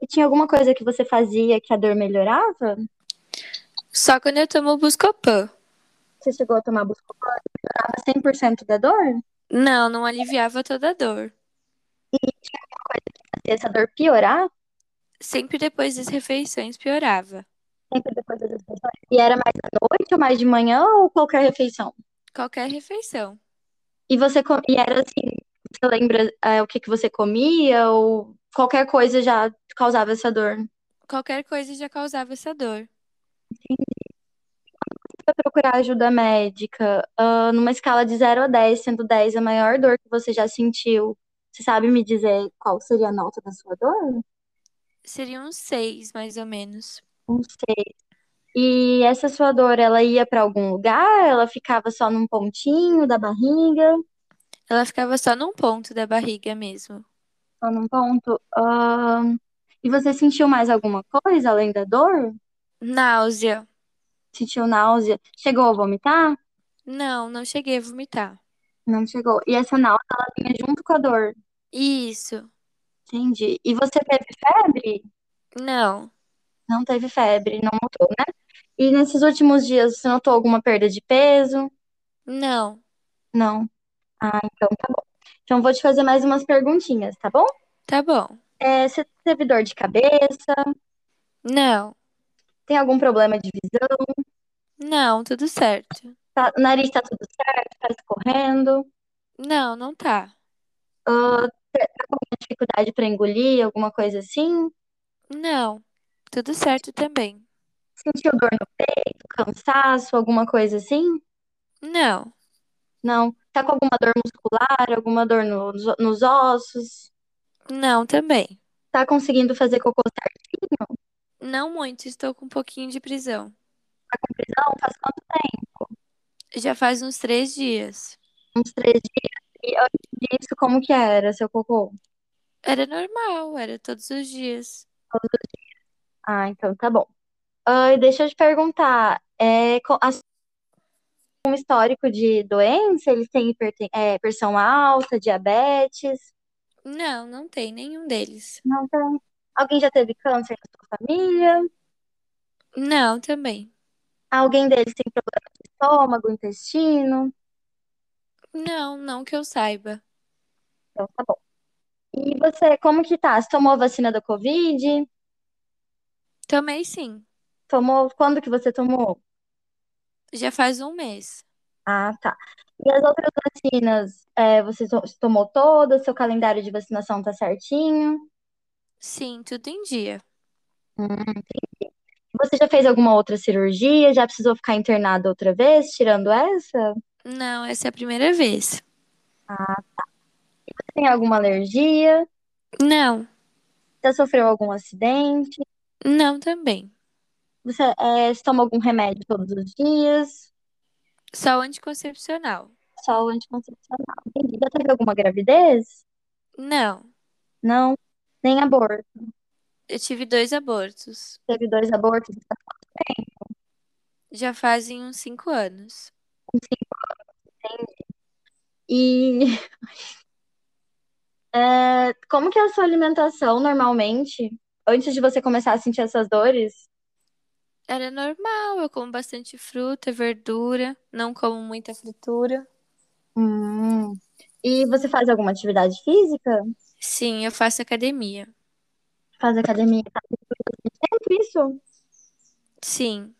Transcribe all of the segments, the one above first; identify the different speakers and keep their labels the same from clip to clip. Speaker 1: E tinha alguma coisa que você fazia que a dor melhorava?
Speaker 2: Só quando eu tomo Buscopan.
Speaker 1: Você chegou a tomar Buscopan e melhorava 100% da dor?
Speaker 2: Não, não aliviava toda a dor.
Speaker 1: E tinha alguma coisa que fazia essa dor piorar?
Speaker 2: Sempre depois das refeições piorava.
Speaker 1: Sempre depois das refeições? E era mais à noite ou mais de manhã ou qualquer refeição?
Speaker 2: Qualquer refeição.
Speaker 1: E você com- e era assim, você lembra é, o que que você comia ou qualquer coisa já causava essa dor?
Speaker 2: Qualquer coisa já causava essa dor.
Speaker 1: Pra procurar ajuda médica, ah, numa escala de 0 a 10, sendo 10 a maior dor que você já sentiu, você sabe me dizer qual seria a nota da sua dor?
Speaker 2: Seria uns seis, mais ou menos.
Speaker 1: Não sei. E essa sua dor, ela ia pra algum lugar? Ela ficava só num pontinho da barriga?
Speaker 2: Ela ficava só num ponto da barriga mesmo.
Speaker 1: Só num ponto? Ah, e você sentiu mais alguma coisa além da dor?
Speaker 2: Náusea.
Speaker 1: Sentiu náusea? Chegou a vomitar?
Speaker 2: Não, não cheguei a vomitar.
Speaker 1: Não chegou. E essa náusea, ela vinha junto com a dor.
Speaker 2: Isso.
Speaker 1: Entendi. E você teve febre?
Speaker 2: Não.
Speaker 1: Não teve febre, não mudou, né? E nesses últimos dias, você notou alguma perda de peso?
Speaker 2: Não.
Speaker 1: Não. Ah, então tá bom. Então vou te fazer mais umas perguntinhas, tá bom?
Speaker 2: Tá bom.
Speaker 1: É, você teve dor de cabeça?
Speaker 2: Não.
Speaker 1: Tem algum problema de visão?
Speaker 2: Não, tudo certo.
Speaker 1: Tá- o nariz tá tudo certo? Tá escorrendo?
Speaker 2: Não, não tá.
Speaker 1: Ah, tem dificuldade pra engolir, alguma coisa assim?
Speaker 2: Não. Tudo certo também.
Speaker 1: Sentiu dor no peito, cansaço, alguma coisa assim?
Speaker 2: Não.
Speaker 1: Não. Tá com alguma dor muscular, alguma dor no- nos nos ossos?
Speaker 2: Não também.
Speaker 1: Tá conseguindo fazer cocô certinho?
Speaker 2: Não muito, estou com um pouquinho de prisão.
Speaker 1: Tá com prisão? Faz quanto tempo?
Speaker 2: Já faz uns três dias.
Speaker 1: Uns três dias? E antes disso, como que era seu cocô?
Speaker 2: Era normal, era todos os dias.
Speaker 1: Ah, então tá bom. Ah, e deixa eu te perguntar, é, co- a- um histórico de doença? Eles têm hiperten- é, pressão alta, diabetes?
Speaker 2: Não, não tem nenhum deles.
Speaker 1: Não tem. Alguém já teve câncer na sua família?
Speaker 2: Não, também.
Speaker 1: Alguém deles tem problema de estômago, intestino?
Speaker 2: Não, não que eu saiba.
Speaker 1: Então tá bom. E você, como que tá? Você tomou a vacina da Covid?
Speaker 2: Tomei sim.
Speaker 1: Tomou? Quando que você tomou?
Speaker 2: Já faz um mês.
Speaker 1: Ah, tá. E as outras vacinas, é, você to- tomou todas? Seu calendário de vacinação tá certinho?
Speaker 2: Sim, tudo em dia.
Speaker 1: Hum, entendi. Você já fez alguma outra cirurgia? Já precisou ficar internado outra vez, tirando essa?
Speaker 2: Não, essa é a primeira vez.
Speaker 1: Ah, tem alguma alergia?
Speaker 2: Não,
Speaker 1: Já sofreu algum acidente?
Speaker 2: não também.
Speaker 1: Você, é, você toma algum remédio todos os dias?
Speaker 2: Só o anticoncepcional.
Speaker 1: Só o anticoncepcional? Entendi. Já teve alguma gravidez?
Speaker 2: Não,
Speaker 1: Não. Nem aborto.
Speaker 2: eu tive dois abortos.
Speaker 1: Teve dois abortos?
Speaker 2: Já fazem uns cinco anos.
Speaker 1: E é, como que é a sua alimentação normalmente? Antes de você começar a sentir essas dores?
Speaker 2: Era normal, eu como bastante fruta, verdura, não como muita fritura.
Speaker 1: Hum. E você faz alguma atividade física?
Speaker 2: Sim, eu faço academia.
Speaker 1: Faz academia? Sempre isso?
Speaker 2: Sim.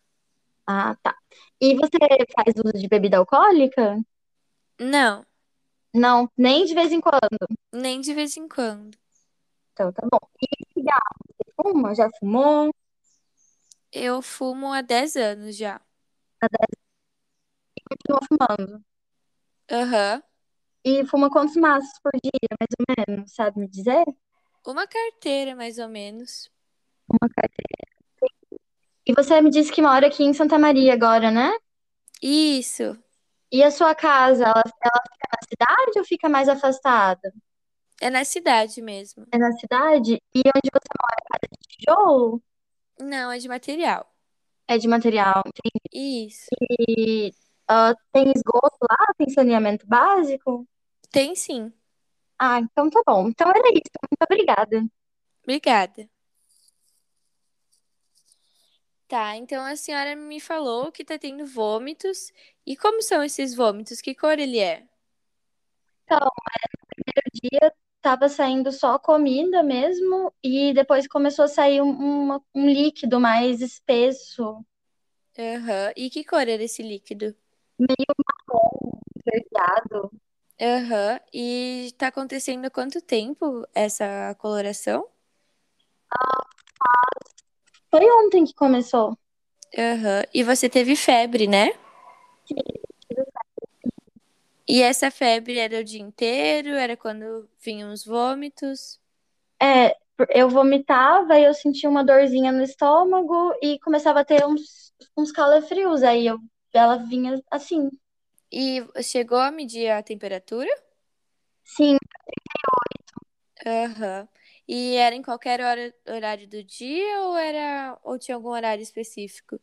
Speaker 1: Ah, tá. E você faz uso de bebida alcoólica?
Speaker 2: Não,
Speaker 1: Não, nem de vez em quando.
Speaker 2: nem de vez em quando.
Speaker 1: Então, tá bom. E cigarro? Você fuma? Já fumou?
Speaker 2: Eu fumo há 10 anos já.
Speaker 1: Continua fumando.
Speaker 2: Aham.
Speaker 1: E fuma quantos maços por dia, mais ou menos? Sabe me dizer?
Speaker 2: Uma carteira, mais ou menos.
Speaker 1: Uma carteira. E você me disse que mora aqui em Santa Maria agora, né?
Speaker 2: Isso.
Speaker 1: E a sua casa, ela, ela fica na cidade ou fica mais afastada?
Speaker 2: É na cidade mesmo.
Speaker 1: É na cidade? E onde você mora, a casa de tijolo?
Speaker 2: Não, é de material.
Speaker 1: É de material.
Speaker 2: Isso.
Speaker 1: E ah, tem esgoto lá? Tem saneamento básico?
Speaker 2: Tem sim.
Speaker 1: Ah, então tá bom. Então era isso. Muito obrigada.
Speaker 2: Obrigada. Tá, então a senhora me falou que tá tendo vômitos. E como são esses vômitos? Que cor ele é?
Speaker 1: Então, primeiro dia tava saindo só comida mesmo, e depois começou a sair um, uma- um líquido mais espesso,
Speaker 2: Aham. E que cor era esse líquido?
Speaker 1: esverdeado.
Speaker 2: Aham. E tá acontecendo há quanto tempo essa coloração?
Speaker 1: Foi ontem que começou.
Speaker 2: Aham. E você teve febre, né? E essa febre era o dia inteiro? Era quando vinham os vômitos?
Speaker 1: É, eu vomitava e eu sentia uma dorzinha no estômago e começava a ter uns, uns calafrios. Aí eu, ela vinha assim.
Speaker 2: E chegou a medir a temperatura?
Speaker 1: Sim,
Speaker 2: Aham. E era em qualquer hora, horário do dia ou era ou tinha algum horário específico?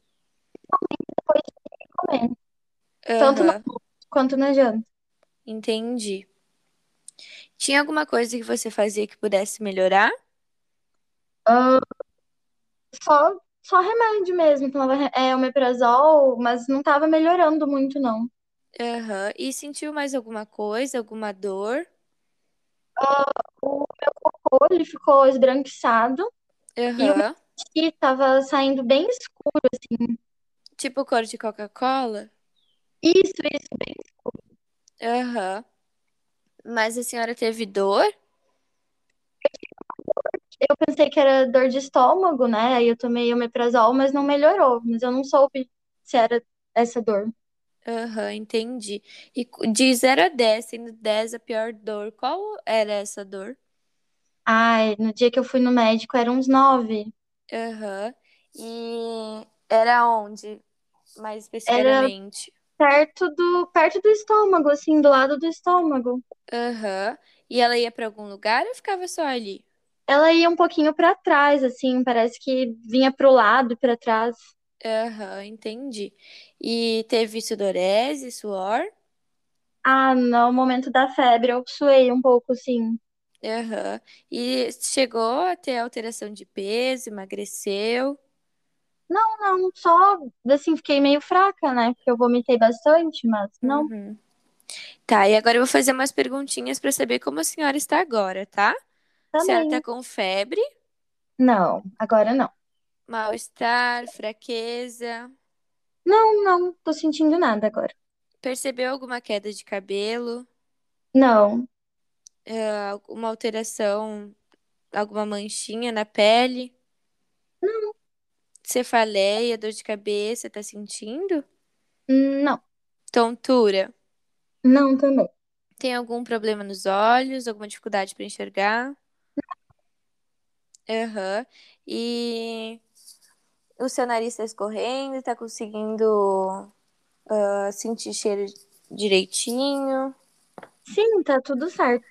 Speaker 1: depois de comer. Tanto no
Speaker 2: Aham,
Speaker 1: almoço quanto na janta.
Speaker 2: entendi. Tinha alguma coisa que você fazia que pudesse melhorar?
Speaker 1: Ah, só, só remédio mesmo. Tomava re- é, omeprazol, mas não tava melhorando muito, não.
Speaker 2: Aham. E sentiu mais alguma coisa, alguma dor?
Speaker 1: O meu cocô, ele ficou esbranquiçado e o meu
Speaker 2: Aham.
Speaker 1: xixi tava saindo bem escuro.
Speaker 2: Tipo cor de Coca-Cola?
Speaker 1: Isso, isso, bem.
Speaker 2: Aham. Mas a senhora teve dor?
Speaker 1: Eu pensei que era dor de estômago, né? Aí eu tomei omeprazol, mas não melhorou. Mas eu não soube se era essa dor.
Speaker 2: Aham, entendi. E cu- de 0 a 10, sendo 10 a pior dor, qual era essa dor?
Speaker 1: Ai, no dia que eu fui no médico era uns nove.
Speaker 2: Aham. E era onde, mais
Speaker 1: Era
Speaker 2: especificamente?
Speaker 1: perto do, perto do estômago, assim, do lado do estômago.
Speaker 2: Aham. E ela ia pra algum lugar ou ficava só ali?
Speaker 1: Ela ia um pouquinho pra trás, assim, parece que vinha pro lado e pra trás.
Speaker 2: Aham, entendi. E teve sudorese, suor?
Speaker 1: Ah, no momento da febre eu suei um pouco, assim.
Speaker 2: Aham. E chegou a ter alteração de peso, emagreceu?
Speaker 1: Não, não, só assim, fiquei meio fraca, né? Porque eu vomitei bastante, mas não.
Speaker 2: Uhum. Tá, e agora eu vou fazer umas perguntinhas pra saber como a senhora está agora, tá? A senhora
Speaker 1: Também.
Speaker 2: tá com febre,
Speaker 1: Não, agora não.
Speaker 2: mal-estar, fraqueza?
Speaker 1: Não, não, tô sentindo nada agora.
Speaker 2: Percebeu alguma queda de cabelo?
Speaker 1: Não,
Speaker 2: Ah, alguma alteração, alguma manchinha na pele?
Speaker 1: não,
Speaker 2: Cefaleia, dor de cabeça, tá sentindo?
Speaker 1: não,
Speaker 2: Tontura.
Speaker 1: não também.
Speaker 2: Tem algum problema nos olhos, alguma dificuldade pra enxergar? Aham. E o seu nariz tá escorrendo, tá conseguindo ah, sentir cheiro direitinho?
Speaker 1: Sim, tá tudo certo.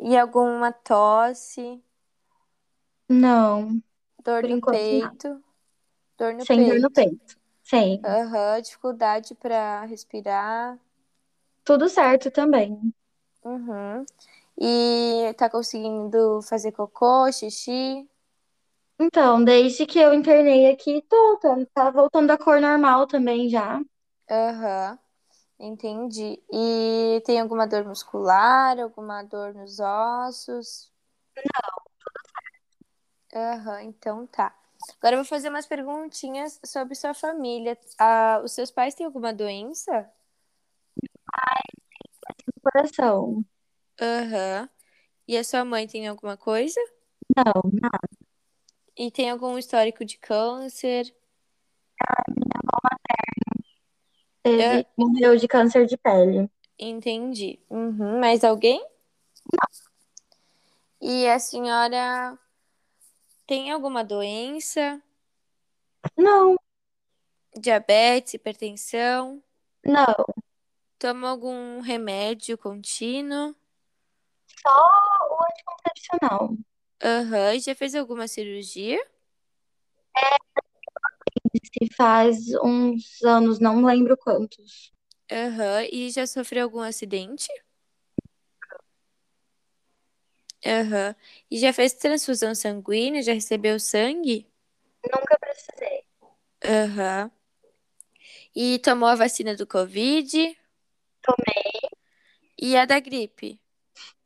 Speaker 2: E alguma tosse,
Speaker 1: Não,
Speaker 2: dor
Speaker 1: por
Speaker 2: no
Speaker 1: enquanto nada.
Speaker 2: peito, dor no
Speaker 1: Sem dor no
Speaker 2: peito.
Speaker 1: peito. Sem.
Speaker 2: Aham, dificuldade pra respirar.
Speaker 1: Tudo certo também.
Speaker 2: Uhum. E tá conseguindo fazer cocô, xixi?
Speaker 1: Então, desde que eu internei aqui, tô, tô, tá voltando à cor normal também já.
Speaker 2: Aham. Entendi. E tem alguma dor muscular, alguma dor nos ossos? Aham, então tá. Agora eu vou fazer umas perguntinhas sobre sua família. Ah, os seus pais têm alguma doença?
Speaker 1: Coração.
Speaker 2: Aham. E a sua mãe tem alguma coisa?
Speaker 1: Não,
Speaker 2: E tem algum histórico de câncer? Eu
Speaker 1: teve, morreu de câncer de pele.
Speaker 2: entendi. Uhum. Mais alguém? E a senhora tem alguma doença?
Speaker 1: Não,
Speaker 2: Diabetes, hipertensão?
Speaker 1: não.
Speaker 2: Toma algum remédio contínuo?
Speaker 1: Só o anticoncepcional.
Speaker 2: Aham, e já fez alguma cirurgia?
Speaker 1: Se faz uns anos, não lembro quantos.
Speaker 2: Aham, e já sofreu algum acidente? Aham, e já fez transfusão sanguínea? Já recebeu sangue?
Speaker 1: Nunca precisei.
Speaker 2: Aham. E tomou a vacina do Covid
Speaker 1: Tomei.
Speaker 2: e a da gripe.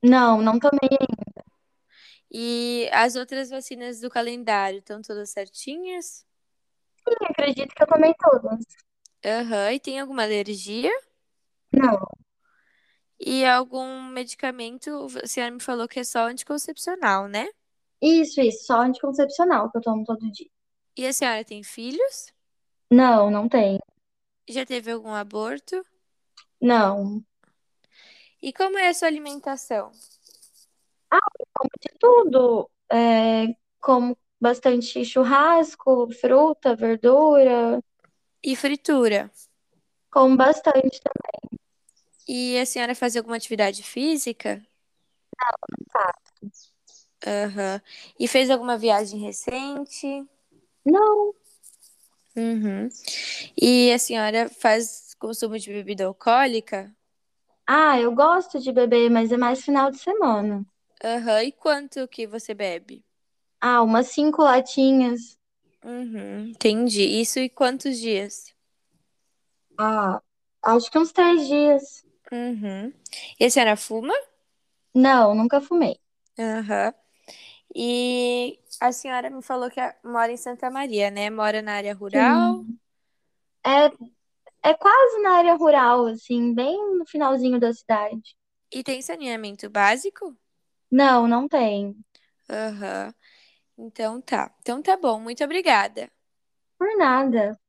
Speaker 1: Não, não tomei.
Speaker 2: E as outras vacinas do calendário estão todas certinhas?
Speaker 1: Sim, acredito que eu tomei todas.
Speaker 2: Aham. E tem alguma alergia?
Speaker 1: Não,
Speaker 2: E algum medicamento? Você me falou que é só anticoncepcional, né?
Speaker 1: isso, isso, só anticoncepcional que eu tomo todo dia.
Speaker 2: E a senhora tem filhos?
Speaker 1: Não, não tem.
Speaker 2: Já teve algum aborto?
Speaker 1: Não,
Speaker 2: E como é a sua alimentação?
Speaker 1: como de tudo. É, como bastante churrasco, fruta, verdura.
Speaker 2: E fritura?
Speaker 1: Como bastante também.
Speaker 2: E a senhora faz alguma atividade física?
Speaker 1: faço.
Speaker 2: Aham. E fez alguma viagem recente?
Speaker 1: Não,
Speaker 2: Uhum. E a senhora faz consumo de bebida alcoólica?
Speaker 1: ah, eu gosto de beber, mas é mais final de semana.
Speaker 2: Aham. E quanto que você bebe?
Speaker 1: Ah, umas cinco latinhas.
Speaker 2: Uhum. Entendi. Isso e quantos dias?
Speaker 1: Ah, acho que uns três dias.
Speaker 2: Uhum. E a senhora fuma?
Speaker 1: Não, nunca fumei.
Speaker 2: Aham. E a senhora me falou que a- mora em Santa Maria, né? Mora na área rural?
Speaker 1: Sim. É, é quase na área rural, assim, bem no finalzinho da cidade.
Speaker 2: E tem saneamento básico?
Speaker 1: Não, não tem.
Speaker 2: Aham. Então tá. Então tá bom. Muito obrigada.
Speaker 1: Por nada.